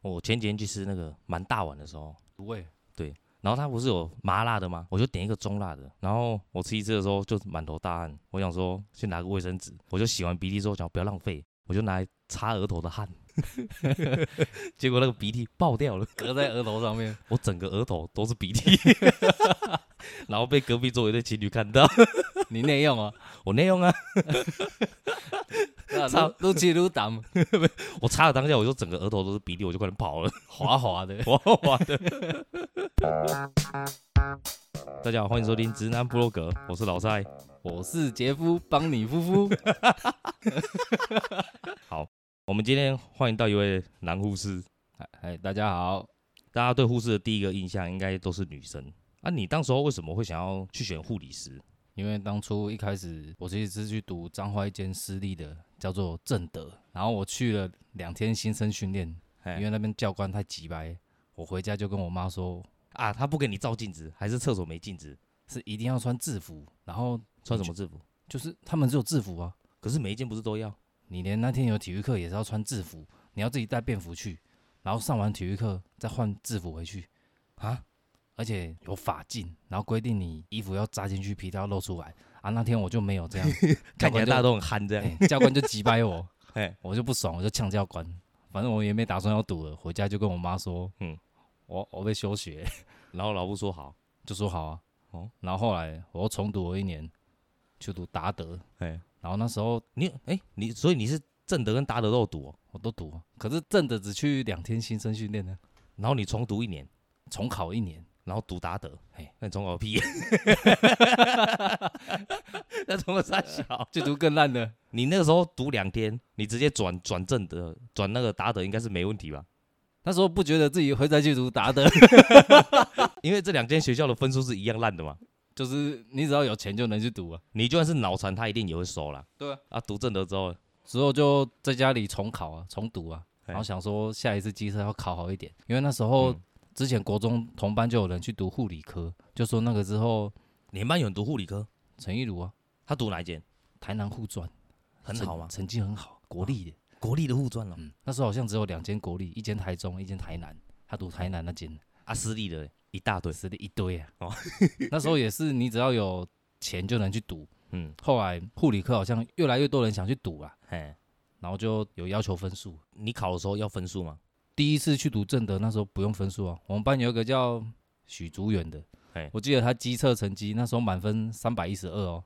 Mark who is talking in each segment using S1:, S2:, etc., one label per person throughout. S1: 我前几天去吃那个蛮大碗的时候，
S2: 卤味，
S1: 然后它不是有麻辣的吗？我就点一个中辣的。然后我吃一次的时候就满头大汗，我想说去拿个卫生纸，我就洗完鼻涕之后想不要浪费，我就拿来擦额头的汗， 结果那个鼻涕爆掉了，
S2: 隔在额头上面，
S1: 我整个额头都是鼻涕， 然后被隔壁桌一对情侣看到，
S2: 你内用啊，
S1: 我内用啊，
S2: 那
S1: 操
S2: 撸撸起撸挡，
S1: 我擦了当下我就整个额头都是鼻涕，我就快点跑了。
S2: 滑滑的。
S1: 哇哇的。 大家好，欢迎收听《直男部落格》，我是老蔡。
S2: 我是杰夫，帮你夫妇。
S1: 我们今天欢迎到一位男护士，
S2: 哎哎，大家好，
S1: 大家对护士的第一个印象应该都是女生啊。你当时候为什么会想要去选护理师？
S2: 因为当初一开始我其实是去读彰化一间私立的，叫做正德，然后我去了两天新生训练，
S1: 嘿
S2: 因为那边教官太急白，我回家就跟我妈说，
S1: 啊，他不给你照镜子，还是厕所没镜子？
S2: 是一定要穿制服，然后
S1: 穿什么制服？
S2: 就是他们只有制服啊，
S1: 可是每一件不是都要？
S2: 你连那天有体育课也是要穿制服，你要自己带便服去，然后上完体育课再换制服回去啊，而且有法镜，然后规定你衣服要扎进去，皮带要露出来啊。那天我就没 有这样，
S1: 看起来大家
S2: 教官就
S1: 都很憨这 样。
S2: 哎教官就急掰我
S1: 哎，
S2: 我就不爽，我就呛教官。反正我也没打算要赌了，回家就跟我妈说，
S1: 嗯
S2: 嗯，我我被休学，
S1: 然后老布说好，
S2: 就说好啊。
S1: 哦
S2: 哦，然后后来我又重读了一年，去读达德，
S1: 哎，
S2: 然后那时候
S1: 你哎、你所以你是正德跟达德都有读、哦，
S2: 我都读啊，可是正的只去两天新生训练呢，
S1: 然后你重读一年，
S2: 重考一年。
S1: 然后读达德，
S2: 嘿
S1: 哎，那你重考个 屁，那重考三小。
S2: 就读更烂的。
S1: 你那个时候读两天，你直接转转正德，转那个达德应该是没问题吧？
S2: 那时候不觉得自己会再去读 达德，
S1: 因为这两间学校的分数是一样烂的嘛。
S2: 就是你只要有钱就能去读啊。
S1: 你就算是脑残，他一定也会收啦。
S2: 对啊，
S1: 啊，读正德之后，
S2: 之后就在家里重考啊，重读啊，
S1: 哎
S2: 然后想说下一次机车要考好一点，因为那时候
S1: 嗯
S2: 之前国中同班就有人去读护理科，就说那个之后
S1: 你们班有人读护理科，
S2: 陈一儒啊，
S1: 他读哪一间？
S2: 台南护专
S1: 很
S2: 成
S1: 好啊吗？
S2: 成绩很好，国立的。
S1: 国立的护专哦，
S2: 嗯，那时候好像只有两间国立，一间台中，一间台南。他读台南那间，
S1: 啊，私立的一大堆。
S2: 私立一堆啊。
S1: 哦
S2: 那时候也是你只要有钱就能去读。
S1: 嗯，
S2: 后来护理科好像越来越多人想去读啊，
S1: 哎，
S2: 然后就有要求分数。
S1: 你考的时候要分数吗？
S2: 第一次去读正德，那时候不用分数啊。我们班有一个叫许竹远的
S1: 嘿，
S2: 我记得他机测成绩那时候满分三百一十二哦，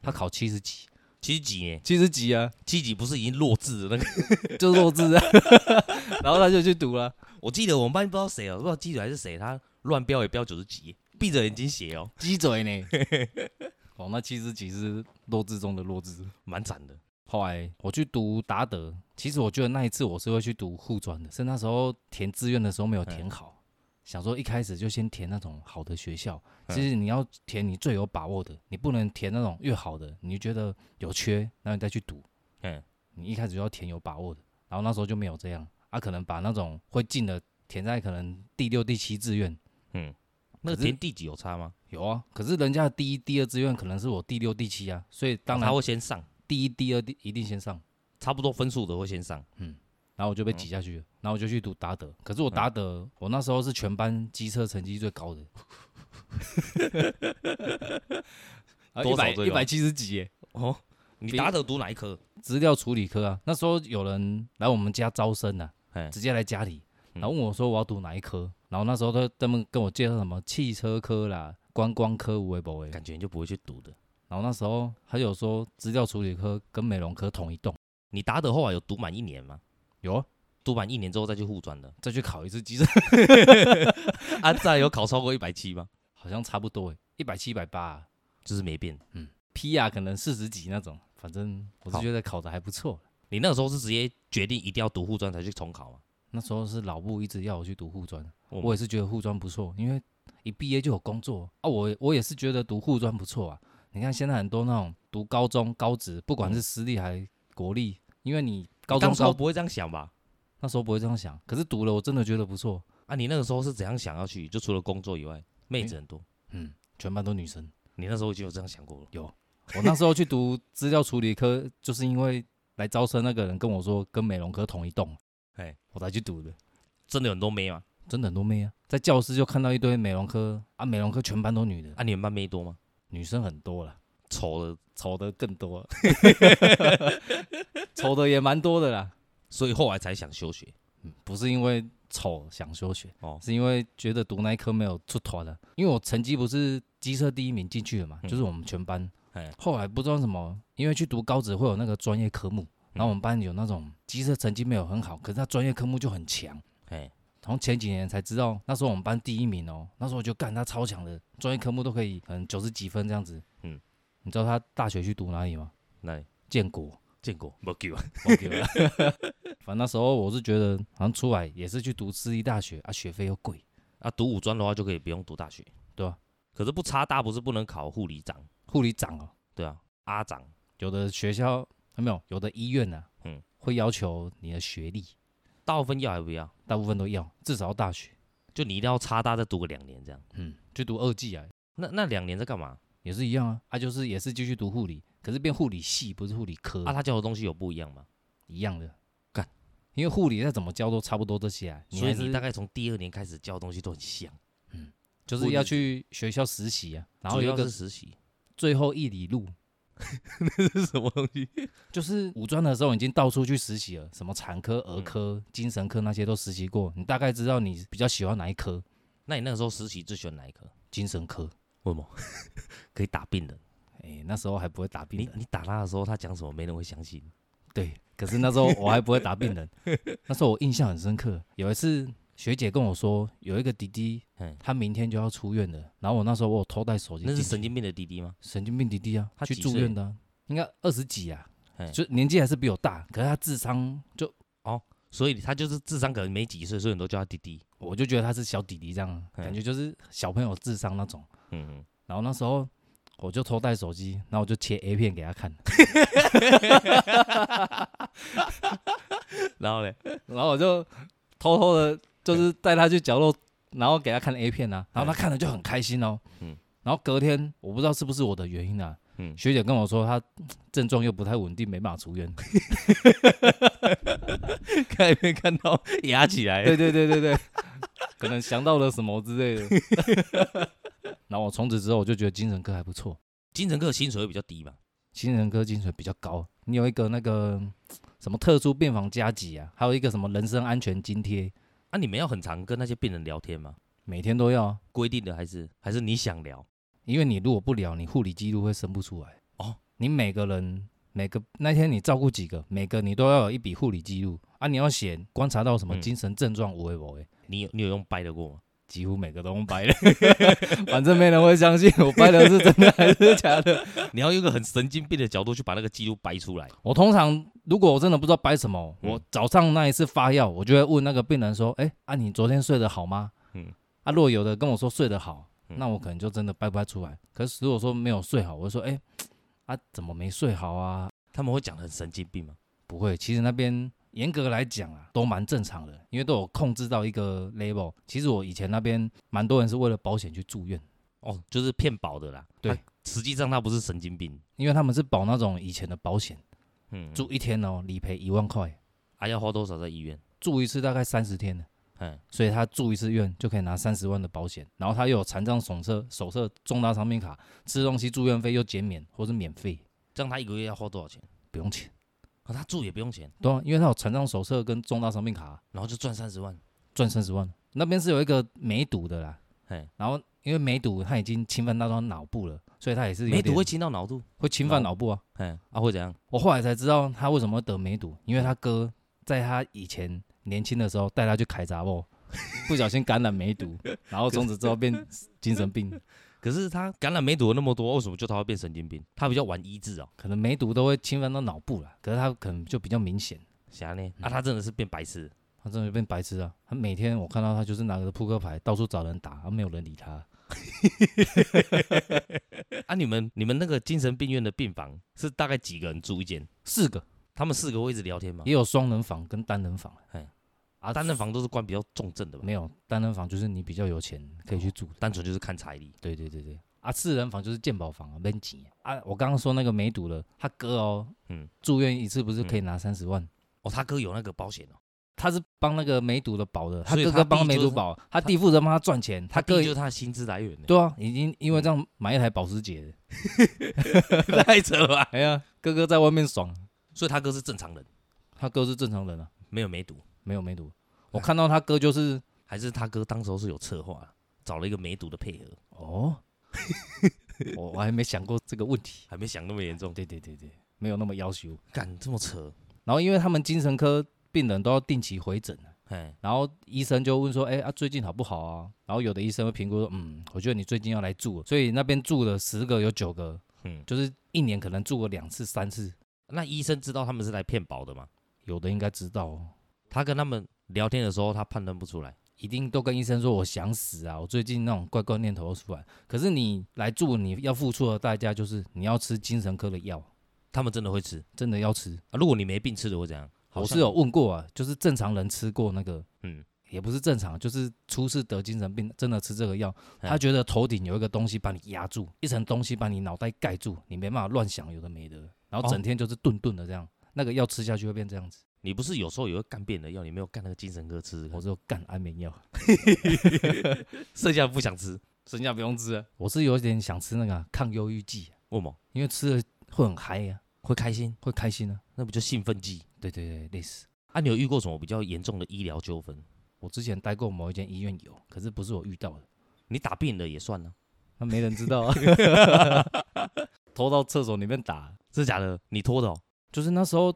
S2: 他考七十几，
S1: 七十几耶，
S2: 七十几啊，
S1: 七十几不是已经弱智的那个？
S2: 就弱智 啊。然后他就去读了，
S1: 我记得我们班不知道谁哦，不知道记者还是谁，他乱标也标九十几，闭着眼睛写哦，
S2: 鸡嘴呢。哦，那七十几是弱智中的弱智。
S1: 蛮惨的。
S2: 后来我去读达德，其实我觉得那一次我是会去读护专的，是那时候填志愿的时候没有
S1: 哎
S2: 填好，想说一开始就先填那种好的学校。
S1: 嗯
S2: 其实你要填你最有把握的，你不能填那种越好的，你觉得有缺，然后你再去读。
S1: 嗯，
S2: 你一开始就要填有把握的，然后那时候就没有这样，啊，可能把那种会进的填在可能第六、第七志愿。
S1: 那
S2: 可
S1: 个
S2: 是
S1: 填第几有差吗？
S2: 有啊，可是人家的第一、第二志愿可能是我第六、第七啊，所以当然
S1: 哦他会先上，
S2: 第一、第二第一定先上。
S1: 差不多分数的会先上。
S2: 然后我就被
S1: 嗯
S2: 挤下去了，然后我就去读达德。可是我达德，我那时候是全班机车成绩最高的，
S1: 多少最
S2: 啊一
S1: 高
S2: 百七十几耶，
S1: 哦，你
S2: 比
S1: 达德读哪一科？
S2: 资料处理科啊。那时候有人来我们家招生啊
S1: 哎，
S2: 直接来家里，
S1: 嗯
S2: 然后问我说我要读哪一科，然后那时候他他们跟我介绍什么汽车科啦、观光科、无为不为，
S1: 感觉你就不会去读的。
S2: 然后那时候他有说资料处理科跟美容科同一栋，
S1: 你达德后来有读满一年吗？
S2: 有啊，
S1: 读满一年之后再去互转的。
S2: 再去考一次机车，
S1: 啊，再来有考超过一百七吗？
S2: 好像差不多诶，一百七、一百八。啊
S1: 就是没变。
S2: P 啊，可能四十几那种，反正我是
S1: 好
S2: 觉得考的还不错。
S1: 你那个时候是直接决定一定要读护专才去重考吗？
S2: 那时候是老布一直要我去读护专，
S1: 我
S2: 我也是觉得护专不错，因为一毕业就有工作啊。我我也是觉得读护专不错啊。你看现在很多那种读高中、高职，不管是私立还国立，因为你高
S1: 嗯
S2: 中
S1: 当时候
S2: 高
S1: 不会这样想吧？
S2: 那时候不会这样想，可是读了我真的觉得不错。
S1: 啊，你那个时候是怎样想要去？就除了工作以外，妹子很多。
S2: 嗯，全班都女生。
S1: 你那时候已经有这样想过了。
S2: 我那时候去读资料处理科，就是因为来招生那个人跟我说跟美容科同一栋，
S1: 哎，
S2: 我才去读的。
S1: 真的有很多妹嘛？
S2: 真的很多妹啊，在教室就看到一堆美容科啊，美容科全班都女的，
S1: 啊，你们班妹多吗？
S2: 女生很多了，
S1: 丑的，
S2: 丑的更多 了，丑的也蛮多的啦。
S1: 所以后来才想休学。
S2: 嗯，不是因为丑想休学，
S1: 哦
S2: 是因为觉得读那一科没有出头了。因为我成绩不是机车第一名进去的嘛，
S1: 嗯
S2: 就是我们全班。
S1: 哎，
S2: 后来不知道什么，因为去读高职会有那个专业科目，
S1: 嗯
S2: 然后我们班有那种机车成绩没有很好，可是他专业科目就很强。
S1: 哎，
S2: 然后前几年才知道，那时候我们班第一名哦，那时候我就干他超强的，专业科目都可以，可能九十几分这样子。
S1: 嗯
S2: 嗯，你知道他大学去读哪里吗？
S1: 那你
S2: 建国。
S1: 见过没救啊？
S2: OK 了。 反正那时候我是觉得，好像出来也是去读私立大学啊，学费又贵。
S1: 啊，读五专的话就可以不用读大学，
S2: 对啊。
S1: 可是不差大不是不能考护理长，
S2: 护理长哦，
S1: 对啊，阿长
S2: 有的学校啊没有，有的医院呢、啊，
S1: 嗯
S2: 嗯，会要求你的学历，
S1: 大部分要还不要？
S2: 大部分都要，至少要大学，
S1: 就你一定要差大再读个两年这样。
S2: 嗯，去读二技啊，
S1: 那那两年在干嘛？
S2: 也是一样啊，啊就是也是继续读护理，可是变护理系不是护理科
S1: 啊，他教的东西有不一样吗？
S2: 一样的，
S1: 干，
S2: 因为护理再怎么教都差不多这些啊，
S1: 所以
S2: 还
S1: 你
S2: 是
S1: 大概从第二年开始教的东西都很像，
S2: 就是要去学校实习啊，然后
S1: 主
S2: 有一
S1: 要是
S2: 个
S1: 实习，
S2: 最后一里路，
S1: 这是什么东西？
S2: 就是五专的时候已经到处去实习了，什么产科、儿科、
S1: 嗯
S2: 精神科那些都实习过，你大概知道你比较喜欢哪一科，
S1: 那你那个时候实习最喜欢哪一科？
S2: 精神科。
S1: 为什么？ 可以打病人。
S2: 哎、那时候还不会打病
S1: 你
S2: 人，
S1: 你打他的时候，他讲什么没人会相信。
S2: 对，可是那时候我还不会打病人， 那时候我印象很深刻。有一次学姐跟我说，有一个弟弟
S1: 嗯，
S2: 他明天就要出院了，然后我那时候我有偷带手机
S1: 那
S2: 进去，
S1: 是神经病的弟弟吗？
S2: 神经病弟弟啊，
S1: 他
S2: 去
S1: 几
S2: 住
S1: 岁
S2: 院的啊、应该二十几啊
S1: 嘿，
S2: 就年纪还是比我大，可是他智商就
S1: 所以他就是智商可能没几岁，所以很多叫他弟弟。
S2: 我就觉得他是小弟弟这样，啊
S1: 嘿
S2: 感觉就是小朋友智商那种。
S1: 嗯，嗯
S2: 然后那时候我就偷带手机，然后我就切 A 片给他看，
S1: 然后嘞，
S2: 然后我就偷偷的，就是带他去角落，然后给他看 A 片啊，然后他看了就很开心哦。
S1: 嗯
S2: 嗯，然后隔天我不知道是不是我的原因啊，
S1: 嗯
S2: 学姐跟我说她嗯症状又不太稳定，没办法出院。
S1: 看一遍看到压起来
S2: 对对对对对， 可能想到了什么之类的。 然后我从此之后我就觉得精神科还不错，
S1: 精神科的薪水会比较低嘛？
S2: 精神科精神比较高，你有一个那个嗯什么特殊病房加急啊，还有一个什么人身安全津贴，
S1: 啊，你们要很常跟那些病人聊天吗？
S2: 每天都要啊。
S1: 规定的还是还是你想聊？
S2: 因为你如果不聊，你护理记录会生不出来。
S1: 哦，
S2: 你每个人每个那天你照顾几个，每个你都要有一笔护理记录啊，你要写观察到什么
S1: 嗯
S2: 精神症状，无为无为，
S1: 你有你有用掰得过吗？
S2: 几乎每个都用掰的， 反正没人会相信我掰的是真的还是假的。
S1: 你要用一个很神经病的角度去把那个记录掰出来。
S2: 我通常如果我真的不知道掰什么，
S1: 嗯
S2: 我早上那一次发药，我就会问那个病人说：“哎、啊，你昨天睡得好吗？”
S1: 嗯
S2: 嗯，啊，如果有的跟我说睡得好，
S1: 嗯
S2: 那我可能就真的掰不掰出来。可是如果说没有睡好，我就说：“哎、啊，怎么没睡好啊？
S1: 他们会讲的很神经病吗？
S2: 不会，其实那边严格来讲啊，都蛮正常的，因为都有控制到一个 level。其实我以前那边蛮多人是为了保险去住院，
S1: 哦，就是骗保的啦。
S2: 对
S1: 他，实际上他不是神经病。
S2: 因为他们是保那种以前的保险，
S1: 嗯，
S2: 住一天哦，理赔一万块，
S1: 还、啊、要花多少在医院？
S2: 住一次大概三十天的，
S1: 嗯，
S2: 所以他住一次院就可以拿三十万的保险，然后他又有残障手册、手册、重大伤病卡，吃东西住院费又减免或是免费，
S1: 这样他一个月要花多少钱？
S2: 不用钱。
S1: 啊，他住也不用钱，
S2: 对啊，因为他有残障手册跟重大伤病卡啊、
S1: 然后就赚三十万。
S2: 赚三十万。那边是有一个梅毒的啦
S1: 嘿，
S2: 然后因为梅毒它已经侵犯到他脑部了，所以他也是有
S1: 梅毒
S2: 点
S1: 会侵到脑度，
S2: 会侵犯脑部啊。
S1: 嗯，啊会怎样？
S2: 我后来才知道他为什么会得梅毒，因为他哥在他以前年轻的时候带他去开杂货，不小心感染梅毒，然后从此之后变精神病。
S1: 可是他感染梅毒那么多，为什么就他会变神经病？他比较晚医治哦。
S2: 可能梅毒都会侵犯到脑部啦，可是他可能就比较明显，
S1: 啥呢？
S2: 嗯
S1: 啊，他真的是变白痴。
S2: 他真的变白痴啊！他每天我看到他就是拿着扑克牌到处找人打，啊，没有人理他。
S1: 啊，你们你们那个精神病院的病房是大概几个人住一间？
S2: 四个
S1: 他们四个会一直聊天吗
S2: 也？有双人房跟单人房，
S1: 嘿
S2: 啊
S1: 单人房都是关比较重症的吧？
S2: 没有，单人房就是你比较有钱可以去住的。
S1: 单纯就是看财力。
S2: 对对对对，啊，四人房就是健保房啊，没钱啊。我刚刚说那个梅毒了，他哥哦，
S1: 嗯
S2: 嗯，住院一次不是可以拿三十万？
S1: 哦，他哥有那个保险哦。
S2: 他是帮那个梅毒的保的，他
S1: 所以
S2: 哥
S1: 他
S2: 哥
S1: 弟
S2: 帮梅
S1: 就是
S2: 毒保，他弟负责帮他赚钱，
S1: 他
S2: 他
S1: 弟
S2: 哥
S1: 就是他的薪资来源 呢、
S2: 对啊，已经因为这样买一台保时捷了，
S1: 太扯了吧。
S2: 哎呀，哥哥在外面爽，
S1: 所以他哥是正常人，
S2: 他哥是正常人啊，
S1: 没有梅毒，
S2: 没有梅毒。我看到他哥就是
S1: 还是他哥当时候是有策划，找了一个梅毒的配合，
S2: 哦， 我我还没想过这个问题。
S1: 还没想那么严重。
S2: 对对对对，没有那么要求。
S1: 敢这么扯？
S2: 然后因为他们精神科病人都要定期回诊啊
S1: 哎，
S2: 然后医生就问说：“哎、啊，最近好不好啊？”然后有的医生会评估说：“嗯，我觉得你最近要来住了，所以那边住了十个有九个，
S1: 嗯，
S2: 就是一年可能住了两次、三次，
S1: 那医生知道他们是来骗保的吗？
S2: 有的应该知道、哦，
S1: 他跟他们聊天的时候，他判断不出来。
S2: 一定都跟医生说我想死啊，我最近那种怪怪念头都出来。可是你来住，你要付出的代价就是你要吃精神科的药，
S1: 他们真的会吃
S2: 真的要吃。
S1: 啊？如果你没病吃的会怎样？
S2: 我
S1: 好像
S2: 是有，问过啊，就是正常人吃过那个，
S1: 嗯，
S2: 也不是正常，就是初次得精神病，真的吃这个药，
S1: 嗯
S2: 他觉得头顶有一个东西把你压住，一层东西把你脑袋盖住，你没办法乱想有的没的，然后
S1: 哦
S2: 整天就是顿顿的这样，那个药吃下去会变这样子。
S1: 你不是有时候也会干变的药，你没有干那个精神科吃吃看，
S2: 我就干安眠药，
S1: 剩下不想吃，
S2: 剩下不用吃、我是有点想吃那个啊、抗忧郁剂啊，
S1: 为什么？
S2: 因为吃了会很嗨呀、
S1: 会开心，
S2: 啊，会开心啊。
S1: 那不就兴奋剂？
S2: 对对对，类似。
S1: 啊，你有遇过什么比较严重的医疗纠纷？
S2: 我之前待过某一间医院有，可是不是我遇到的，
S1: 你打病了也算呢、
S2: 那没人知道 啊。偷到厕所里面打，
S1: 真的假的？你拖的、哦？
S2: 就是那时候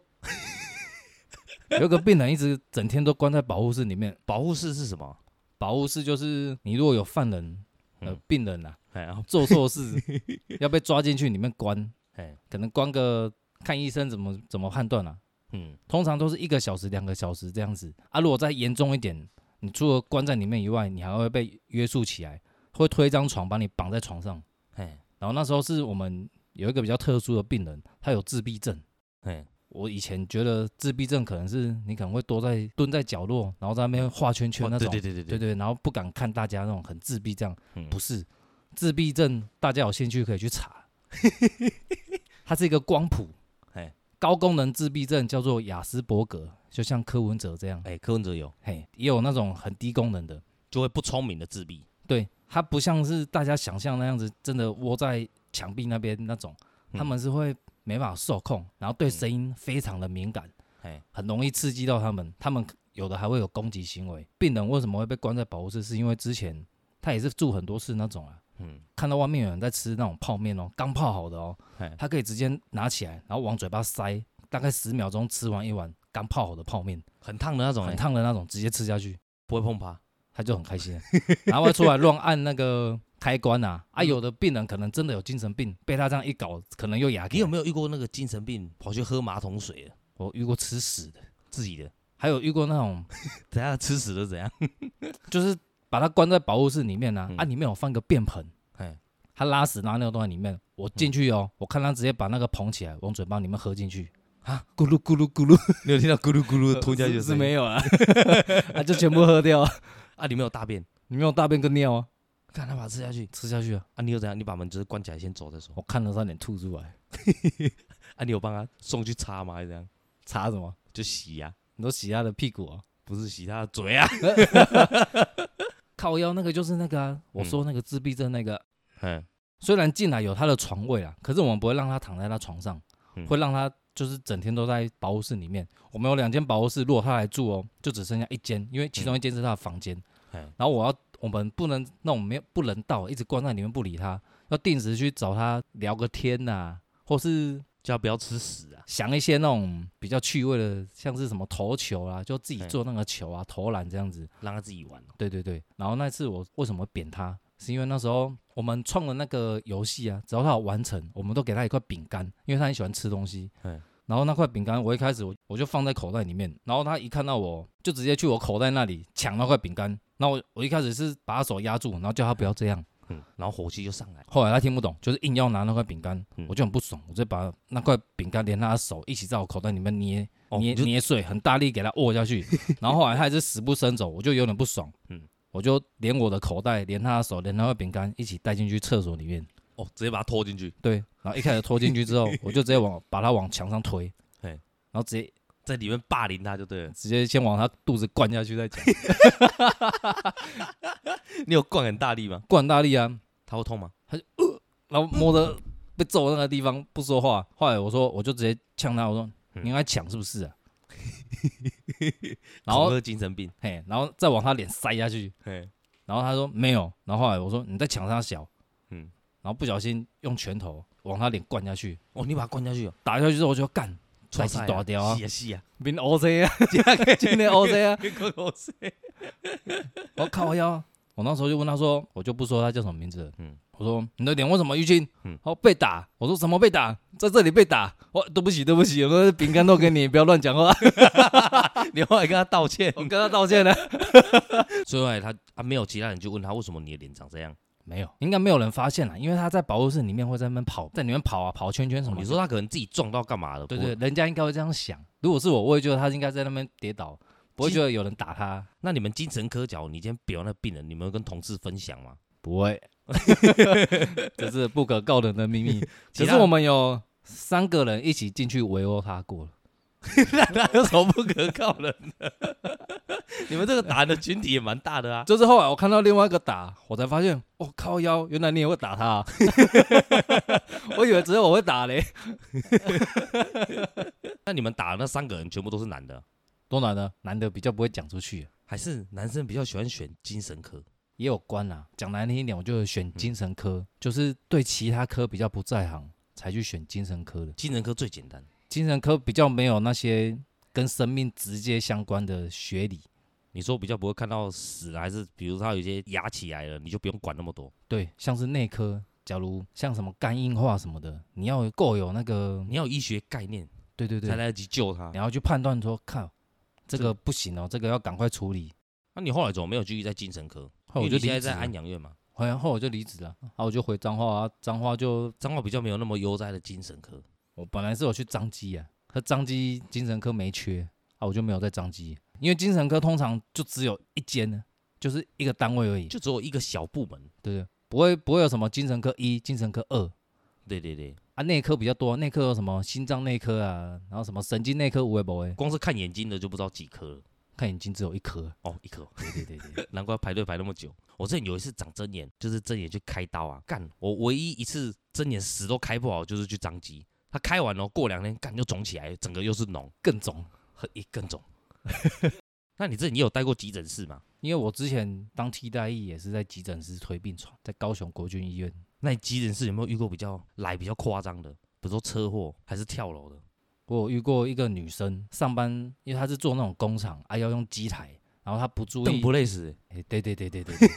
S2: 有一个病人一直整天都关在保护室里面，
S1: 保护室是什么？
S2: 保护室就是你如果有犯人、呃
S1: 嗯
S2: 病人啊
S1: 哎，然后
S2: 做错事 要被抓进去里面关，
S1: 哎，
S2: 可能关个看医生怎么怎么判断啊，
S1: 嗯，
S2: 通常都是一个小时、两个小时这样子啊。如果再严重一点，你除了关在里面以外，你还会被约束起来，会推一张床把你绑在床上。
S1: 哎，
S2: 然后那时候是我们有一个比较特殊的病人，他有自闭症。
S1: 哎，
S2: 我以前觉得自闭症可能是你可能会多在蹲在角落，然后在那边画圈圈
S1: 哦
S2: 那种，
S1: 对对对
S2: 对
S1: 对对，
S2: 对然后不敢看大家那种很自闭这样，
S1: 嗯
S2: 不是自闭症，大家有兴趣可以 去查，它是一个光谱
S1: 嘿，
S2: 高功能自闭症叫做雅斯伯格，就像柯文哲这样，
S1: 哎，柯文哲有
S2: 嘿，也有那种很低功能的，
S1: 就会不聪明的自闭，
S2: 对，它不像是大家想象那样子，真的窝在墙壁那边那种，
S1: 嗯
S2: 他们是会没办法受控，然后对声音非常的敏感。
S1: 哎，
S2: 很容易刺激到他们，他们有的还会有攻击行为。病人为什么会被关在保护室？是因为之前他也是住很多次那种啊，
S1: 嗯，
S2: 看到外面有人在吃那种泡面哦，刚泡好的哦
S1: 嘿，
S2: 他可以直接拿起来，然后往嘴巴塞，大概十秒钟吃完一碗刚泡好的泡面，
S1: 很烫的那种，
S2: 很
S1: 哎，
S2: 烫的那种，直接吃下去，
S1: 不会碰趴，
S2: 他就很开心了， 然后会出来乱按那个开关啊
S1: 嗯
S2: 啊！有的病人可能真的有精神病，被他这样一搞，可能又牙
S1: 你
S2: 起
S1: 有
S2: 来。
S1: 没有遇过那个精神病跑去喝马桶水的
S2: 我遇过吃屎的，
S1: 自己的？
S2: 还有遇过那种
S1: 等下吃屎了怎样？
S2: 就是把它关在保护室里面呢、啊，
S1: 嗯
S2: 啊，里面有放个便盆，
S1: 哎，
S2: 他拉屎拉尿都在里面。我进去
S1: 嗯
S2: 哦，我看他直接把那个捧起来，往嘴巴里面喝进去，
S1: 啊，咕噜咕噜咕 呃噜，你有听到咕噜咕噜的吞下去的声
S2: 是是
S1: 音
S2: 没有啊， 啊，就全部喝掉，
S1: 啊？里面有大便，
S2: 里面有大便跟尿啊，
S1: 看他把它吃下去
S2: 吃下去啊，
S1: 啊？你又怎样？你把门就是关起来先走再说
S2: 我看了差点吐出来，
S1: 啊？你有帮他送去擦吗？还是怎样？
S2: 擦什么？
S1: 就洗呀、
S2: 你都洗他的屁股啊？
S1: 不是洗他的嘴 啊？
S2: 靠腰那个就是那个啊，我说那个自闭症那个，
S1: 嗯，
S2: 虽然进来有他的床位啊，可是我们不会让他躺在他床上，
S1: 嗯
S2: 会让他就是整天都在保护室里面。我们有两间保护室，如果他来住哦，就只剩下一间，因为其中一间是他的房间。
S1: 嗯
S2: 然后我要我们不能那种没有不人道，一直关在里面不理他，要定时去找他聊个天呐、或是
S1: 叫他不要吃屎啊！
S2: 想一些那种比较趣味的，像是什么投球啊，就自己
S1: 嗯
S2: 做那个球啊，投篮这样子。
S1: 让他自己玩哦。
S2: 对对对，然后那次我为什么会扁他，是因为那时候我们创了那个游戏啊，只要他有完成，我们都给他一块饼干，因为他很喜欢吃东西。
S1: 嗯
S2: 然后那块饼干，我一开始我我就放在口袋里面，然后他一看到我就直接去我口袋那里抢那块饼干。那我我一开始是把他手压住，然后叫他不要这样。
S1: 嗯，然后火气就上来，
S2: 后来他听不懂，就是硬要拿那块饼干，
S1: 嗯
S2: 我就很不爽，我就把那块饼干连他的手一起在我口袋里面捏，
S1: 哦，
S2: 捏
S1: 你就
S2: 捏碎，很大力给他握 下去，然后后来他还是死不伸手，我就有点不爽，
S1: 嗯
S2: 我就连我的口袋，连他的手，连他的饼干一起带进去厕所里面，
S1: 哦，直接把他拖进去，
S2: 对，然后一开始拖进去之后，我就直接往把他往墙上推，
S1: 嘿
S2: 然后直接
S1: 在里面霸凌他就对了。
S2: 直接先往他肚子灌下去再讲，
S1: 你有灌很大力吗？
S2: 灌大力啊，
S1: 他会痛吗？
S2: 然后摸着被揍的那个地方不说话。后来我说，我就直接呛他，我说
S1: 嗯
S2: 你应该抢是 不是啊？然后
S1: 恐吓精神病，
S2: 嘿，然后再往他脸塞下去，
S1: 嘿，
S2: 然后他说没有，然后后来我说你在抢他小，
S1: 嗯，
S2: 然后不小心用拳头往他脸灌下去，
S1: 哦，你把他灌下去哦，
S2: 打下去之后我就干，
S1: 出
S2: 踹起大掉啊
S1: 是，啊是啊，
S2: 变 OZ 啊， 今天 OZ 啊，
S1: 别 口口水，
S2: 我靠腰。我那时候就问他说，我就不说他叫什么名字了，
S1: 嗯
S2: 嗯，我说你的脸为什么淤青？
S1: 嗯
S2: 嗯，哦被打，我说什么被打，在这里被打，我对不起对不起，我说饼干都给你，不要乱讲 话，
S1: 你后来跟他道歉
S2: 我，跟他道 歉了。啊
S1: 最后来他啊没有其他人就问他为什么你的脸长这样，
S2: 没有，应该没有人发现了，因为他在保护室里面会在那边跑，在里面跑啊跑圈圈
S1: 哦
S2: 什么的。
S1: 你说他可能自己撞到干嘛了？
S2: 对
S1: 不
S2: 对，人家应该会这样想。如果是我，我也觉得他应该在那边跌倒，不会觉得有人打他，
S1: 那你们精神科角，你今天表那病人，你们有跟同事分享吗？
S2: 不会。 这是不可告人的秘 密。
S1: 其
S2: 只
S1: 他
S2: 是我们有三个人一起进去围殴他过 了。
S1: 那 有什么不可靠人的？你们这个 打人的群体也蛮大的啊。
S2: 就是后来我看到另外一个打，我才发现，我、靠腰，原来你也会打他、啊。 我以为只有我会打 嘞，
S1: 那你们打的那三个人全部都是男的，
S2: 多难呢？男的比较不会讲出去。啊
S1: 还是男生比较喜欢选精神科？
S2: 也有关啦、讲难听一点，我就
S1: 嗯
S2: 选精神科，就是对其他科比较不在行，才去选精神科的。
S1: 精神科最简单，
S2: 精神科比较没有那些跟生命直接相关的学理。
S1: 你说比较不会看到死啊了，还是比如他有些压起来了，你就不用管那么多，
S2: 对，像是内科，假如像什么肝硬化什么的，你要够有那个，
S1: 你要有医学概念
S2: 对对对
S1: 才，来得及救他
S2: 你。要去判断说，靠，这
S1: 这
S2: 个不行哦，这个要赶快处理。
S1: 那你后来怎么没有继续在精神科？
S2: 后来哦我
S1: 因
S2: 就
S1: 为你
S2: 离
S1: 现在
S2: 职
S1: 在安
S2: 了，
S1: 养院嘛，
S2: 后来后来我就离职了，然后我就回彰化啊，彰化就
S1: 彰化比较没有那么悠哉的精神科。
S2: 我本来是有去彰基啊，可彰基精神科没缺啊，我就没有在彰基，因为精神科通常就只有一间呢，就是一个单位而已，
S1: 就只有一个小部门。
S2: 对不对？不会不会有什么精神科一、精神科二
S1: 对对对，
S2: 啊，内科比较多，内科有什么心脏内科啊，然后什么神经内科无为不为，
S1: 光是看眼睛的就不知道几颗了。
S2: 看眼睛只有一颗，
S1: 哦，一颗，
S2: 对对对对，
S1: 难怪排队排那么久。我之前有一次长针眼，就是针眼去开刀啊，干！我唯一一次针眼死都开不好，就是去张机。他开完了，过两天干又肿起来，整个又是脓，
S2: 更肿。
S1: 很一更肿。那你这里也有待过急诊室吗？
S2: 因为我之前当替代役也是在急诊室推病床，在高雄国军医院，
S1: 那你急诊室有没有遇过比较来比较夸张的，比如说车祸还是跳楼的？
S2: 我有遇过一个女生上班，因为她是做那种工厂啊，要用机台，然后她不注
S1: 邓
S2: 意
S1: 不累死、
S2: 哎、对对对对对对，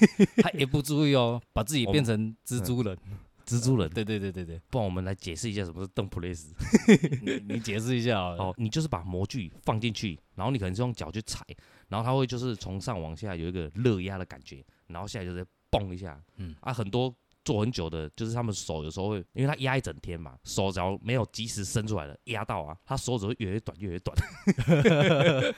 S2: 他也不注意哦，把自己变成
S1: 嗯
S2: 蜘蛛人。
S1: 蜘蛛人，
S2: 对对对对对，
S1: 不然我们来解释一下什么是邓普雷斯。
S2: 你你解释一下好了。
S1: 哦，你就是把模具放进去，然后你可能是用脚去踩，然后它会就是从上往下有一个热压的感觉，然后下来就是蹦一下。嗯
S2: 嗯，
S1: 啊，很多做很久的，就是他们手有时候会，因为它压一整天嘛，手只要没有及时伸出来了，压到啊，它手指会越来越短，越来越短，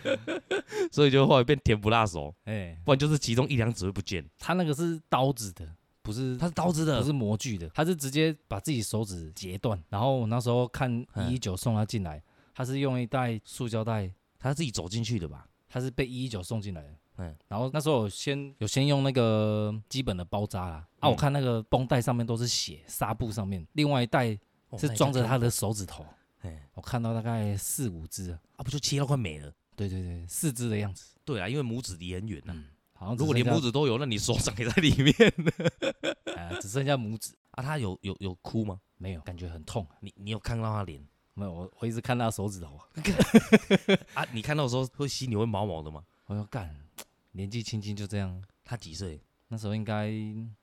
S1: 所以就后来变甜不辣手，
S2: 哎、
S1: 不然就是其中一两指会不见。
S2: 他那个是刀子的，不是
S1: 它
S2: 他
S1: 是刀子
S2: 不
S1: 的，
S2: 是模具的，他是直接把自己手指截断。然后我那时候看
S1: 嗯
S2: 一一九送他进来，他是用一袋塑胶袋，
S1: 它自己走进去的吧？
S2: 他是被一一九送进来的。
S1: 嗯
S2: 嗯，然后那时候我先有先用那个基本的包扎啦，啊，
S1: 嗯
S2: 我看那个绷带上面都是血，纱布上面，另外一袋
S1: 哦
S2: 是装着，他的手指头，
S1: 那也太痛苦了哎，
S2: 我看到大概四五只啊，
S1: 啊，不就切到快没了？
S2: 对对对，四肢的样子。
S1: 对啊，因为拇指离很远呐、
S2: 嗯，好像只
S1: 如果连
S2: 剩
S1: 拇
S2: 下，
S1: 指都有，那你手掌也在里面。
S2: 呃，只剩下拇指，
S1: 啊，他有有有哭吗？
S2: 没有，感觉很痛。啊
S1: 你你有看到他脸
S2: 没有，我我一直看他手指头，
S1: 啊？你看到的时候会心里会毛毛的吗？
S2: 我要干，年纪轻轻就这样，
S1: 他几岁？
S2: 那时候应该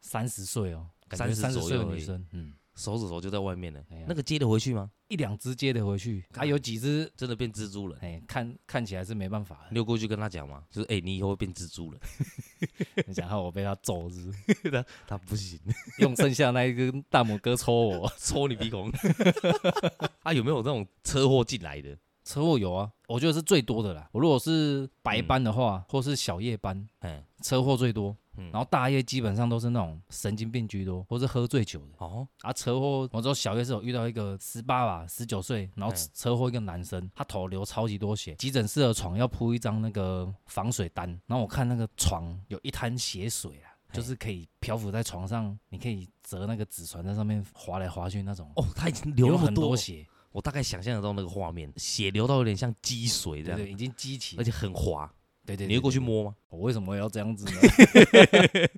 S2: 三十岁哦，感觉
S1: 30
S2: 三十岁
S1: 左
S2: 的
S1: 右而
S2: 女
S1: 已
S2: 生，嗯，
S1: 手指头就在外面了，
S2: 哎呀
S1: 那个接得回去吗？
S2: 一两只接的回去，
S1: 嗯
S2: 还有几只，
S1: 真的变蜘蛛人？
S2: 哎，看看起来是没办法
S1: 你有过去跟他讲吗？就是哎、你以后会变蜘蛛人。
S2: 的。你想看我被他揍是不是？
S1: 他不 行，
S2: 用剩下那一根大拇哥抽我，
S1: 戳你鼻孔。 啊，有没有那种车祸进来的？
S2: 车祸有啊，我觉
S1: 嗯
S2: 得是最多的啦。我如果是白班的话，或是小夜班，
S1: 哎，
S2: 车祸最多。
S1: 嗯
S2: 然后大夜基本上都是那种神经病居多，或是喝醉酒的
S1: 哦，
S2: 啊。车祸，我之后小夜是有遇到一个十八吧，十九岁，然后
S1: 嘿
S2: 车祸一个男生，他头流超级多血，急诊室的床要铺一张那个防水单，然后我看那个床有一滩血水啊。
S1: 嘿
S2: 就是可以漂浮在床上，你可以折那个纸船在上面划来划去那种，
S1: 哦，他已经
S2: 流
S1: 流那么
S2: 很多
S1: 多，
S2: 血，
S1: 我大概想象得到那个画面，血流到有点像积水这
S2: 对
S1: 样，
S2: 对，已经激起
S1: 而，且很滑。
S2: 对对，
S1: 你会过去
S2: 对，
S1: 摸吗？
S2: 对我为什么要这样子呢？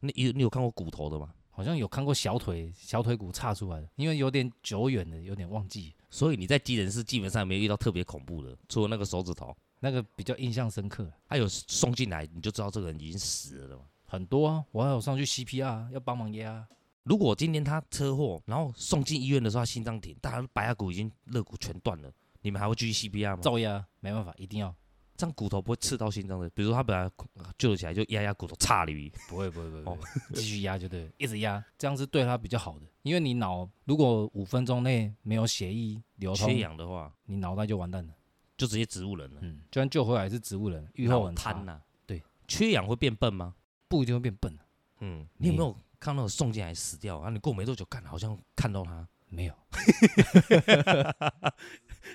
S1: 你有你有看过骨头的吗？
S2: 好像有看过小腿小腿骨岔出来的，因为有点久远了，有点忘记。
S1: 所以你在急诊室基本上没有遇到特别恐怖的，除了那个手指头，
S2: 那个比较印象深刻，
S1: 他有送进来，你就知道这个人已经死了嘛。
S2: 很多啊，我还有上去 CPR，啊要帮忙压啊。
S1: 如果今天他车祸，然后送进医院的时候他心脏停，大家白牙骨已经肋骨全断了，你们还会继续 CPR 吗？
S2: 照压，没办法，一定要，
S1: 这样骨头不会刺到心脏的。比如说他本来救起来就压压骨头，差了一。
S2: 不会不会不会
S1: 哦
S2: 不会，继续压就对了，一直压，这样是对他比较好的，因为你脑如果五分钟内没有血液流通
S1: 缺，氧的话，
S2: 你脑袋就完蛋了。
S1: 就直接植物人了。
S2: 嗯，就算救回来是植物人，愈后
S1: 脑
S2: 很差
S1: 瘫，啊呐，
S2: 对，
S1: 缺氧会变笨吗？
S2: 不一定会变笨啊。
S1: 嗯，你有
S2: 没
S1: 没
S2: 有
S1: 有看到那种送进来死掉啊？你过没多久，看好像看到他，
S2: 没有，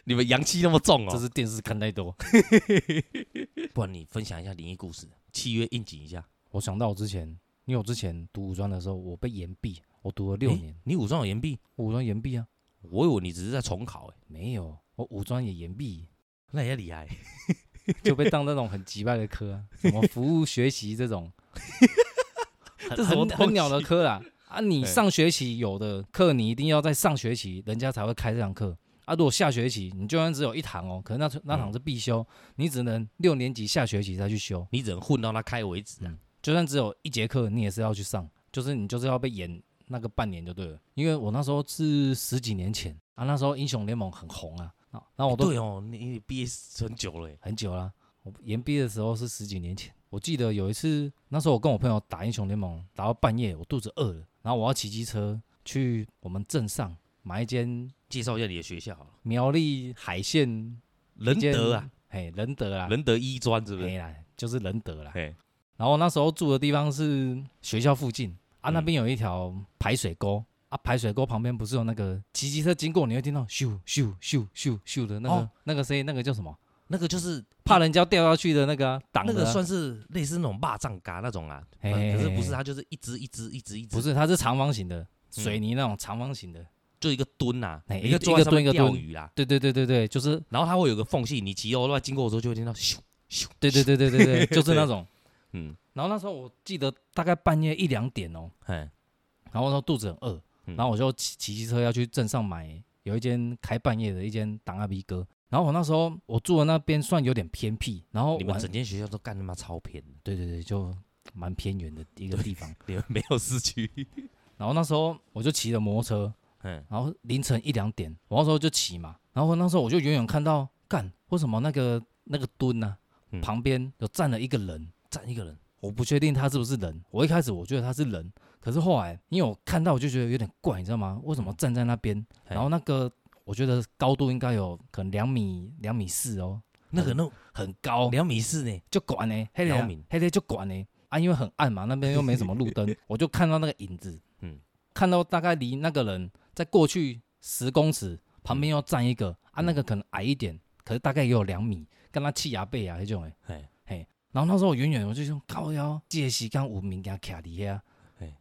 S1: 你们阳气那么重哦
S2: 这是电视看太多。
S1: 不然你分享一下灵异故事，契约应景一下。
S2: 我想到我之前，因为我之前读武专的时候，我被延毕，我读了六
S1: 诶
S2: 年，
S1: 你武装有岩壁，
S2: 我武专延毕啊。
S1: 我以为你只是在重考、欸，
S2: 没有，我武装也 延毕，
S1: 那也厉害。
S2: 就被当那种很击败的科、啊，什么服务学习这种 很，
S1: 这什么
S2: 很
S1: 东
S2: 很鸟的
S1: 西
S2: 科啦。啊，你
S1: 哎
S2: 上学期有的课，你一定要在上学期人家才会开这堂课。啊，如果下学期你就算只有一堂哦，可能那
S1: 嗯
S2: 那堂是必修，你只能六年级下学期再去修。
S1: 你只能混到他开为止啊。
S2: 就算只有一节课，你也是要去上，就是你就是要被演那个半年就对了。因为我那时候是十几年前啊，那时候英雄联盟很红啊，啊那我都
S1: 对哦，你你毕业很久了、欸，
S2: 很久啦。我研毕的时候是十几年前，我记得有一次，那时候我跟我朋友打英雄联盟，打到半夜，我肚子饿了，然后我要骑机车去我们镇上买一间
S1: 介绍一下你的学校好了，
S2: 苗栗海鲜
S1: 仁德啊，，
S2: 嘿，仁德啦，
S1: 仁德一专是不是？
S2: 嘿啦，就是仁德啦。
S1: 哎，
S2: 然后那时候住的地方是学校附近啊，
S1: 嗯
S2: 那边有一条排水沟。啊，排水沟旁边不是有那个骑机车经过，你会听到咻咻咻咻咻的那个、
S1: 哦
S2: 那个声音，那个叫什么？
S1: 那个就是
S2: 怕人家掉下去的那个啊挡、
S1: 那
S2: 的啊。
S1: 个算是类似那种蚂蚱嘎那种啊，
S2: 嘿
S1: 呃
S2: 嘿
S1: 可是
S2: 嘿
S1: 不是，嗯
S2: 嘿
S1: 它就是一只一只一只一只，
S2: 不是，它是长方形的，水泥那种长方形的。
S1: 就一个蹲呐、啊，
S2: 哎
S1: 你
S2: 一个
S1: 坐在上面
S2: 一个蹲
S1: 钓
S2: 一个蹲
S1: 鱼啦，
S2: 对对对对对，就是
S1: 然后它会有个缝隙，你骑欧乱经过的时候就会听到咻咻，
S2: 对对对对 对对，就是那种。
S1: 嗯，
S2: 然后那时候我记得大概半夜一两点哦，
S1: 哎，
S2: 然后那时候肚子很饿，
S1: 嗯
S2: 然后我就骑骑机车要去镇上买，有一间开半夜的一间档阿鼻哥。然后我那时候我住的那边算有点偏僻，然后
S1: 你们
S2: 晚
S1: 整间学校都干他妈超偏的，
S2: 对对对，就蛮偏远的一个地方。
S1: 你 们没有市区，
S2: 然后那时候我就骑着摩托车，
S1: 嗯，
S2: 然后凌晨一两点，我那时候就骑嘛，然后那时候我就远远看到，干为什么那个那个墩呢、
S1: 嗯
S2: 旁边有站了一个人，
S1: 站一个人，
S2: 我不确定他是不是人，我一开始我觉得他是人，可是后来因为我看到我就觉得有点怪，你知道吗？为什么站在那边？
S1: 嘿
S2: 然后那个我觉得高度应该有可能两米两米四哦，
S1: 那个那
S2: 很高，
S1: 两米四呢，
S2: 就管呢，黑
S1: 姚
S2: 的
S1: 明
S2: 黑的就管呢啊，因为很暗嘛，那边又没什么路灯，我就看到那个影子，
S1: 嗯
S2: 嗯，看到大概离那个人再过去十公尺，旁边又站一个、啊，那个可能矮一点，可是大概也有两米，跟他气牙背啊那种诶，
S1: 哎，
S2: 然后那时候我远远我就说靠腰，借时间有名给他卡底下
S1: 嘿。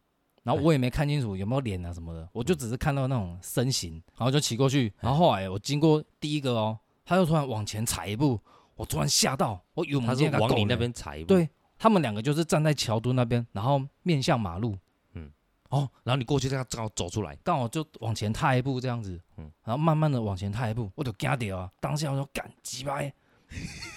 S2: 然后我也没看清楚有没有脸啊什么的，我就只是看到那种身形，然后就骑过去。然后后来我经过第一个哦，他又突然往前踩一步，我突然吓到，我以为我
S1: 他
S2: 们
S1: 是
S2: 今天给
S1: 往
S2: 够
S1: 你
S2: 了
S1: 那边踩一步，
S2: 对他们两个就是站在桥墩那边，然后面向马路，
S1: 哦，然后你过去这样刚好走出来，
S2: 刚好就往前踏一步这样子，
S1: 嗯
S2: 然后慢慢的往前踏一步，我就惊掉啊！当下我说干鸡巴 的，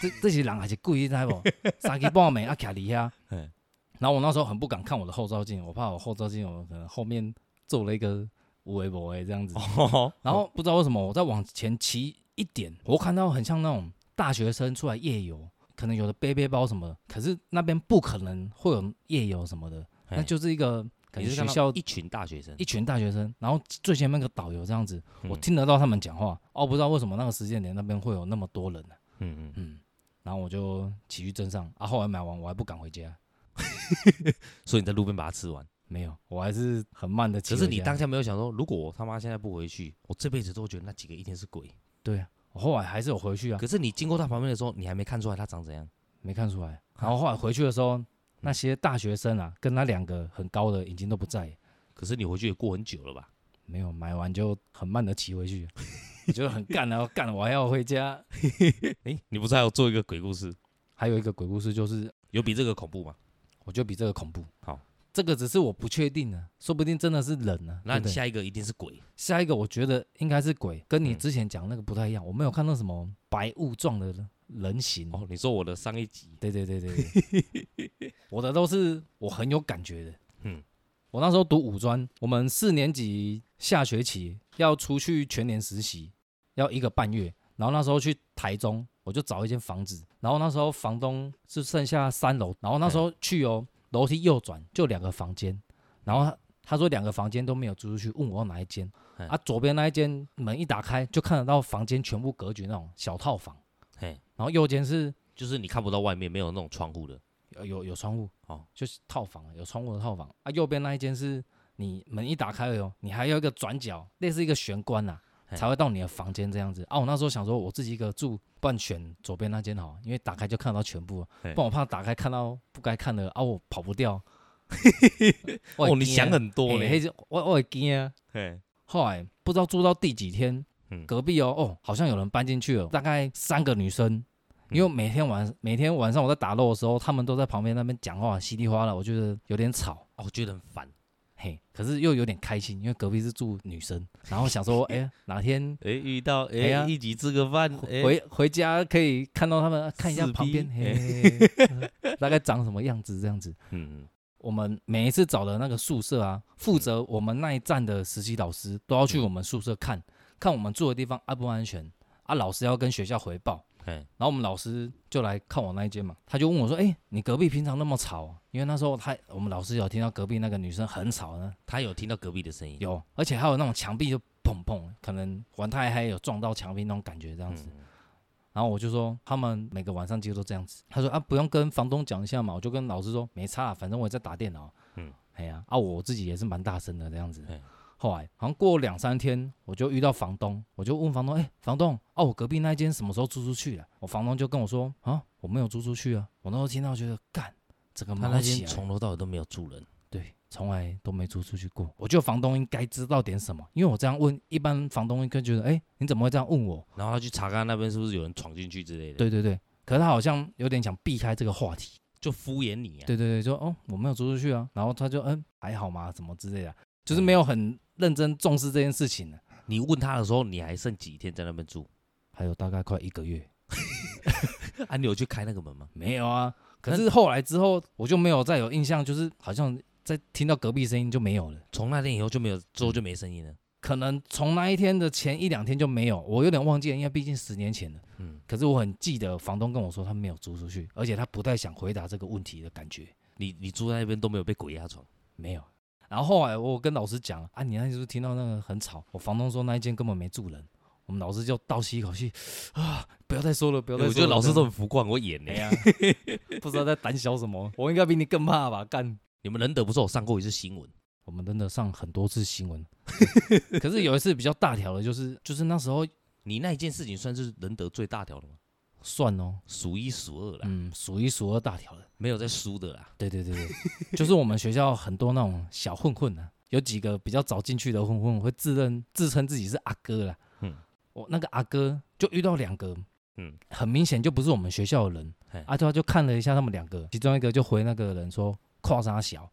S2: 这这些人还是故意的，你知道不？三更半暝啊，卡里啊
S1: 嗯。
S2: 然后我那时候很不敢看我的后照镜，我怕我后照镜我可能后面做了一个无为不为这样子。
S1: 哦，
S2: 然后不知道为什么我再往前骑一点，我看到很像那种大学生出来夜游，可能有的背背包什么的，可是那边不可能会有夜游什么的，
S1: 嘿
S2: 那就是一个可
S1: 你是
S2: 能学
S1: 看到
S2: 校
S1: 一群大学生
S2: 一，群大学生，然后最前面那个导游这样子，我
S1: 嗯
S2: 听得到他们讲话，哦，不知道为什么那个时间点那边会有那么多人呢、
S1: 嗯嗯，
S2: 啊嗯，然后我就骑去镇上，啊，后来买完我还不敢回家，
S1: 所以你在路边把它吃完。
S2: 没有，我还是很慢的骑
S1: 可
S2: 回
S1: 是
S2: 家。
S1: 你当下没有想说，如果我他妈现在不回去，我这辈子都觉得那几个一定是 鬼。
S2: 对啊，我后来还是有回去啊，
S1: 可是你经过他旁边的时候，你还没看出来他长怎样。
S2: 没看出来。然后后来回去的时
S1: 嗯
S2: 候，那些大学生啊，跟那两个很高的已经都不在了，
S1: 可是你回去也过很久了吧？
S2: 没有买完就很慢的骑回去， 我觉得很干啊，干我还要回家。
S1: 诶，你不是还有做一个鬼故事，
S2: 还有一个鬼故事就是，
S1: 有比这个恐怖吗？
S2: 我觉得比这个恐怖。
S1: 好，
S2: 这个只是我不确定啊，说不定真的是人呢、啊。
S1: 那
S2: 对不
S1: 你
S2: 对
S1: 下一个一定是鬼。
S2: 下一个我觉得应该是鬼，跟你
S1: 嗯
S2: 之前讲那个不太一样。我没有看到什么白雾状的人形。
S1: 哦，你说我的上一集，
S2: 对对对对对， 我的都是我很有感觉的。嗯
S1: 嗯，
S2: 我那时候读五专，我们四年级下学期要出去全年实习，要一个半月。然后那时候去台中，我就找一间房子。然后那时候房东是剩下三楼，然后那时候去哦，楼梯右转就两个房间。然后他他说两个房间都没有租出去，问我要哪一间。
S1: 嗯
S2: 啊，左边那一间门一打开就看得到房间全部格局那种小套房，
S1: 嘿，
S2: 然后右间是
S1: 就是你看不到外面，没有那种窗户的。
S2: 有呃有有窗户
S1: 哦，
S2: 就是套房有窗户的套房啊。右边那一间是你门一打开了哟，你还有一个转角，类似一个玄关呐、
S1: 嘿
S2: 才会到你的房间这样子啊。我那时候想说，我自己一个住，不然选左边那间好，因为打开就看得到全部了，哦不
S1: 嘿
S2: 然我怕打开看到不该看的啊，我跑不掉。我 会
S1: 哦，你
S2: 惊
S1: 想很多
S2: 嘿
S1: 嘞。
S2: 嘿就我我会惊啊。
S1: 嘿，
S2: 后来不知道住到第几天，
S1: 嗯
S2: 隔壁哦哦，好像有人搬进去了，大概三个女
S1: 嗯
S2: 生。因为每天晚每天晚上我在打肉的时候，他们都在旁边那边讲话稀里哗啦，我觉得有点吵，
S1: 哦，我觉得很烦。
S2: 嘿，可是又有点开心，因为隔壁是住女生，然后 想说，哎、哪天
S1: 诶，遇到诶，
S2: 哎呀
S1: 一起吃个饭，诶
S2: 回回家可以看到他们，看一下
S1: 哎四
S2: 旁边，
S1: 逼
S2: 嘿嘿 嘿嘿呃大概长什么样子这样子。
S1: 嗯，
S2: 我们每一次找的那个宿舍啊，负责我们那一站的实习老师都要去我们宿舍看看我们住的地方安不安全啊，老师要跟学校回报。
S1: 嘿，
S2: 然后我们老师就来看我那一间嘛，他就问我说：“哎、你隔壁平常那么吵、啊？”因为那时候他我们老师有听到隔壁那个女生很吵呢，
S1: 他有听到隔壁的声音。
S2: 有，而且还有那种墙壁就砰砰，可能玩太嗨有撞到墙壁那种感觉这样子。
S1: 嗯
S2: 然后我就说他们每个晚上几乎都这样子。他说啊，不用跟房东讲一下嘛，我就跟老师说没差啦，反正我也在打电脑。嗯
S1: 嗯，
S2: 哎呀，啊我自己也是蛮大声的这样子
S1: 嗯。
S2: 后来好像过两三天，我就遇到房东，我就问房东，哎、房东，啊我隔壁那一间什么时候租出去了？啊我房东就跟我说啊，我没有租出去啊。我那时候听到觉得干，整个
S1: 他
S2: 毛
S1: 那
S2: 起
S1: 间
S2: 来。
S1: 从头到尾都没有住人。
S2: 对，从来都没租出去过。我觉得房东应该知道点什么，因为我这样问，一般房东应该觉得，哎、你怎么会这样问我？
S1: 然后他去查看那边是不是有人闯进去之类的，，
S2: 对对对，可是他好像有点想避开这个话题。
S1: 就敷衍你啊。
S2: 对对对，就哦，我没有租出去啊。然后他就嗯，还好吗？什么之类的，就是没有很认真重视这件事情呢。
S1: 你问他的时候，你还剩几天在那边住？
S2: 还有大概快一个月，
S1: 啊，你有去开那个门吗？
S2: 没有啊。可
S1: 那
S2: 是后来之后，我就没有再有印象，就是好像在听到隔壁声音就没有了。
S1: 从那天以后就没有，之后就没声音了。
S2: 可能从那一天的前一两天就没有，我有点忘记了，因为毕竟十年前了。
S1: 嗯，
S2: 可是我很记得房东跟我说他没有租出去，而且他不太想回答这个问题的感觉，
S1: 你你住在那边都没有被鬼压床，
S2: 没有。然后后来我跟老师讲啊，你那天是不是听到那个很吵？我房东说那一间根本没住人，我们老师就倒吸一口气啊，不要再说了，不要再说了。
S1: 我觉得老师都
S2: 真
S1: 很浮夸，我演呢、
S2: 的哎呀， 不知道在胆小什么，我应该比你更怕吧？干，
S1: 你们仁德不是有上过一次新闻？
S2: 我们真的上很多次新闻， 可是有一次比较大条的，就是就是那时候
S1: 你那一件事情算是仁德最大条的吗？
S2: 算哦，
S1: 数一数二啦，
S2: 嗯，数一数二大条的。
S1: 没有在输的啦。
S2: 对对对对，就是我们学校很多那种小混混啊，有几个比较早进去的混混会自认自称自己是阿哥啦。嗯
S1: 嗯，
S2: 我那个阿哥就遇到两个，嗯
S1: 嗯，
S2: 很明显就不是我们学校的人。
S1: 嘿
S2: 阿娇、就看了一下他们两个，其中一个就回那个人说“跨 沙小”，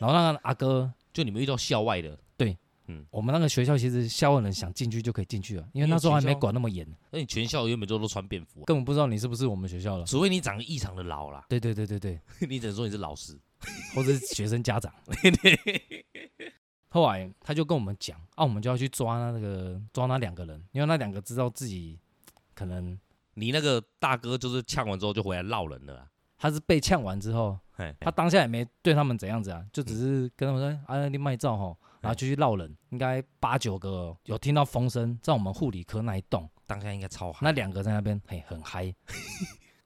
S2: 然后那个阿哥。
S1: 就你们遇到校外的，
S2: 我们那个学校其实校外人想进去就可以进去了，因为那时候还
S1: 因为
S2: 没
S1: 学校
S2: 管那么严，
S1: 那你全校原本就都穿便服啊、
S2: 根本不知道你是不是我们学校的。
S1: 除非你长得异常的老啦，
S2: 对对对对对，
S1: 你只能说你是老师。
S2: 或者是学生家长。 后来他就跟我们讲，啊，我们就要去抓那个抓那两个人，因为那两个知道自己可能
S1: 你那个大哥就是呛完之后就回来闹人了啦。啊
S2: 他是被呛完之后，
S1: 嘿嗯
S2: 他当下也没对他们怎样子啊，就只是跟他们说啊，你卖照吼，然后就去闹人，应该八九个哦有听到风声，在我们护理科那一栋，
S1: 当下应该超嗨。
S2: 那两个在那边嘿很嗨。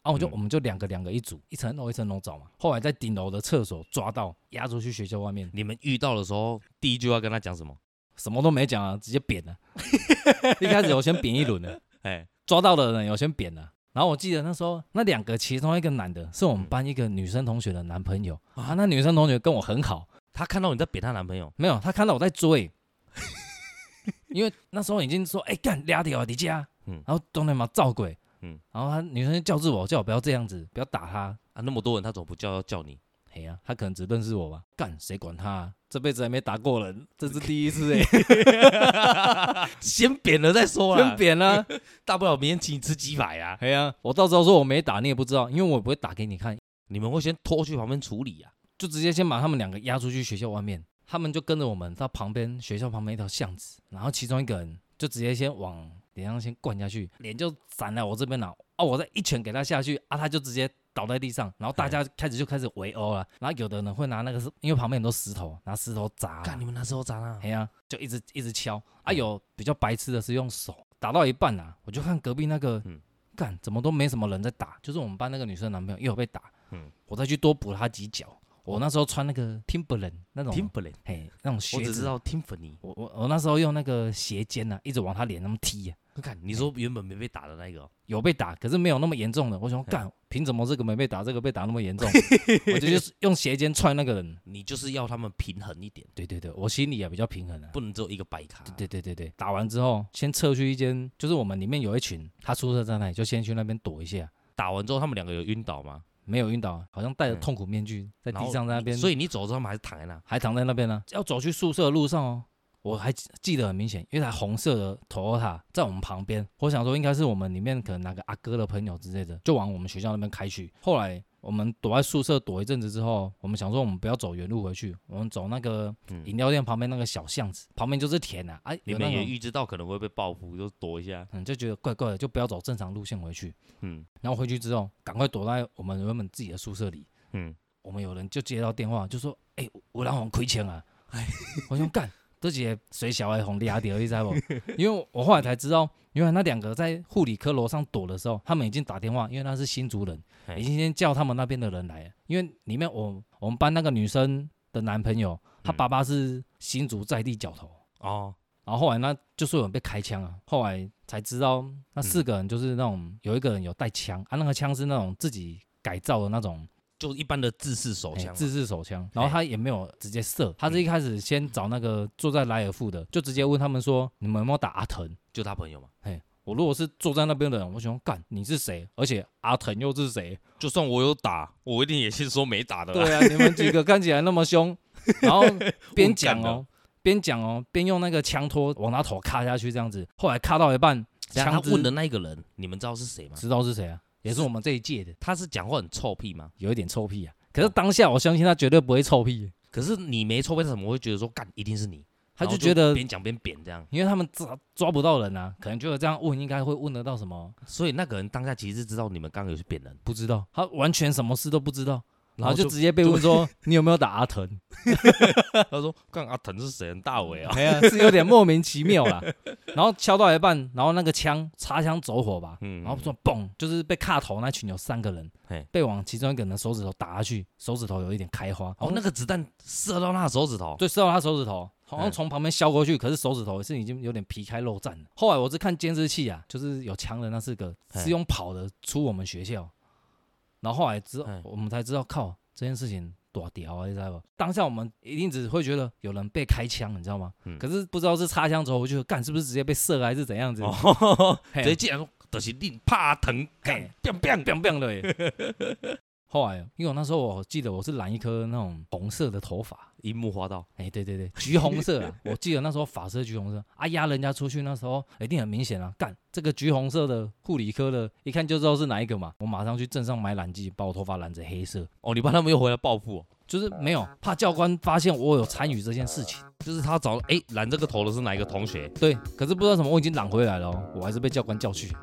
S2: 啊，我就、
S1: 嗯
S2: 我们就两个两个一组，一层楼一层楼找嘛。后来在顶楼的厕所抓到，押出去学校外面，
S1: 你们遇到的时候，第一句话跟他讲什么？
S2: 什么都没讲啊，直接扁了。 一开始有先扁一轮的，
S1: 哎，
S2: 抓到的人有先扁了。然后我记得那时候那两个，其中一个男的是我们班一个女生同学的男朋友啊，那女生同学跟我很好，
S1: 她看到你在扁她男朋友，
S2: 没有，她看到我在追， 因为那时候已经说，哎、干俩条迪家，
S1: 嗯
S2: 然后东南嘛照鬼，
S1: 嗯
S2: 然后她女生就叫住我，叫我不要这样子，不要打她，
S1: 啊，那么多人他怎么不叫要叫你？
S2: 哎呀、她可能只认识我吧，干谁管她啊、这辈子还没打过人，这是第一次 哎、
S1: 先扁了再说啦，
S2: 真扁了、啊
S1: 大不了明天请你吃鸡排啊。
S2: 哎呀、我到时候说我没打，你也不知道，因为我也不会打给你看，
S1: 你们会先拖去旁边处理啊？
S2: 就直接先把他们两个押出去学校外面，他们就跟着我们到旁边学校旁边一条巷子，然后其中一个人就直接先往脸上先灌下去，脸就闪来我这边了，啊，我再一拳给他下去，啊，他就直接倒在地上，然后大家开始就开始围殴了，然后有的人会拿那个是因为旁边很多石头，拿石头砸啊，
S1: 看你们那时候咋啦
S2: 哎？呀、就一直一直敲，啊，
S1: 嗯
S2: 有比较白痴的是用手打到一半啊，我就看隔壁那个
S1: 嗯，
S2: 干、怎么都没什么人在打，就是我们班那个女生男朋友又有被打，
S1: 嗯
S2: 我再去多补了他几脚。我那时候穿那个 Timberland 那种，
S1: 听不嘞？
S2: 嘿，那种
S1: 我
S2: 靴
S1: 只知
S2: 子，
S1: 道听粉你。
S2: 我我我那时候用那个鞋尖啊，一直往他脸那么踢、啊，
S1: 看，你说原本没被打的那个哦，
S2: 有被打，可是没有那么严重的。我想说
S1: 嘿
S2: 干，凭什么这个没被打，这个被打那么 严重？我就就是用鞋尖踹那个人。
S1: 你就是要他们平衡一点，啊
S2: 对对对，我心里也比较平衡啊。
S1: 不能只有一个白卡。
S2: 对对对对，打完之后先撤去一间，就是我们里面有一群，他宿舍在那里，就先去那边躲一下。
S1: 打完之后，他们两个有晕倒吗？
S2: 没有晕倒，好像戴着
S1: 嗯
S2: 痛苦面具在
S1: 然后
S2: 地上在那边，
S1: 所以你走之后，他们还是躺在那。
S2: 还躺在那边呢、要走去宿舍的路上哦，我还记记得很明显，因为台红色的 Toyota 在我们旁边，我想说应该是我们里面可能哪个阿哥的朋友之类的，就往我们学校那边开去。后来我们躲在宿舍躲一阵子之后，我们想说我们不要走原路回去，我们走那个
S1: 嗯
S2: 饮料店旁边那个小巷子，旁边就是田啊，哎、
S1: 你
S2: 有
S1: 们
S2: 那
S1: 也
S2: 种
S1: 预知到可能会被报复，就躲一下。
S2: 嗯，就觉得怪怪的，就不要走正常路线回去。
S1: 嗯
S2: 然后回去之后，赶快躲在我们原本自己的宿舍里，
S1: 嗯，
S2: 我们有人就接到电话，就说：“哎、我让红亏钱啊！”
S1: 哎
S2: 我想干，这些水小孩红利阿迪而已，知道不？因为我后来才知道，原来那两个在护理科楼上躲的时候，他们已经打电话，因为他是新族人，
S1: 嘿
S2: 已经先叫他们那边的人来了。因为里面我我们班那个女生的男朋友，他
S1: 嗯
S2: 爸爸是新族在地角头，
S1: 哦，
S2: 然后后来那就是有人被开枪啊，后来才知道
S1: 嗯
S2: 那四个人就是那种有一个人有带枪啊，那个枪是那种自己改造的那种
S1: 就一般的自式手
S2: 哎
S1: 枪嗯嘛。
S2: 自制手枪，然后他也没有直接射，他是一开始先找那个坐在莱尔富的，就直接问他们说你们有没有打阿腾？
S1: 就他朋友嘛。
S2: 我如果是坐在那边的人，我想说干你是谁？而且阿腾又是谁？
S1: 就算我有打，我一定也是说没打的啦。
S2: 对啊，你们几个看起来那么 凶，然后边讲
S1: 我干
S2: 哦，边讲哦，边用那个枪托往他头卡下去，这样子。后来卡到一半，
S1: 等一下
S2: 枪
S1: 他
S2: 支
S1: 问的那一个人，你们知道是谁吗？
S2: 知道是谁啊？也是我们这一届的，
S1: 他是讲话很臭屁吗？
S2: 有一点臭屁啊。可是当下我相信他绝对不会臭屁，
S1: 可是你没臭屁，他怎么会觉得说干一定是你？
S2: 他
S1: 然后
S2: 就
S1: 就
S2: 觉得
S1: 边讲边扁这样，
S2: 因为他们抓抓不到人啊，可能觉得这样问应该会问得到什么。
S1: 所以那个人当下其实是知道你们刚刚有去扁人，
S2: 不知道，他完全什么事都不知道，嗯然后就直
S1: 接
S2: 接被问说 你有没有打阿腾？
S1: 他说干阿腾是谁？很大伟啊，
S2: 哎呀， 是有点莫名其妙啦。然后敲到一半，然后那个枪擦枪走火吧，
S1: 嗯
S2: 然后说嘣，就是被卡头那群有三个人
S1: 嘿，
S2: 被往其中一个人的手指头打下去，手指头有一点开花，
S1: 哦那个子弹射到他的手指头，
S2: 对，射到他手指头，好像
S1: 嗯
S2: 从旁边削过去，可是手指头是已经有点皮开肉绽了。后来我是看监视器啊，就是有强人那四个
S1: 嘿
S2: 是用跑的出我们学校，然后后来之后
S1: 嘿
S2: 我们才知道，靠这件事情多屌啊，你知道不？当下我们一定只会觉得有人被开枪，你知道吗？
S1: 嗯
S2: 可是不知道是擦枪走火，就干是不是直接被射还是怎样子？
S1: 哦，
S2: 嘿
S1: 直接竟然说就是令怕疼，干
S2: 嘿
S1: ，biang biang biang，
S2: biang biang 的耶。 后来，因为我那时候我记得我是染一颗那种红色的头发，
S1: 樱木花道，
S2: 哎、对对对，橘红色啊！我记得那时候法色橘红色啊，压人家出去那时候一定很明显啊。干这个橘红色的护理科的，一看就知道是哪一个嘛。我马上去镇上买染剂，把我头发染成黑色，
S1: 哦，你怕他们又回来报复哦，
S2: 就是没有怕教官发现我有参与这件事情。
S1: 就是他找哎染这个头的是哪一个同学？
S2: 对，可是不知道什么，我已经染回来了、哦，我还是被教官叫去。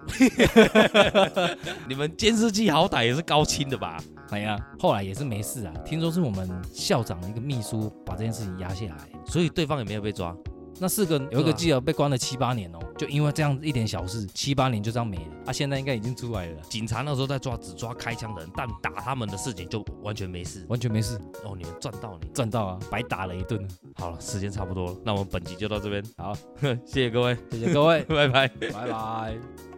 S1: 你们监视器好歹也是高清的吧？
S2: 哎呀，后来也是没事啊。听说是我们校长的一个秘书把这件事情压下来，
S1: 所以对方也没有被抓，
S2: 那四个有一个记者被关了七八年哦，就因为这样一点小事，七八年就这样没了。啊，现在应该已经出来了啦，
S1: 警察那时候在抓，只抓开枪的人，但打他们的事情就完全没事。
S2: 完全没事，
S1: 哦，你们赚到你。
S2: 赚到啊，白打了一顿啊。
S1: 好了，时间差不多了，那我们本集就到这边，
S2: 好，
S1: 谢谢各位，
S2: 谢谢各位
S1: ，拜拜。
S2: 拜拜。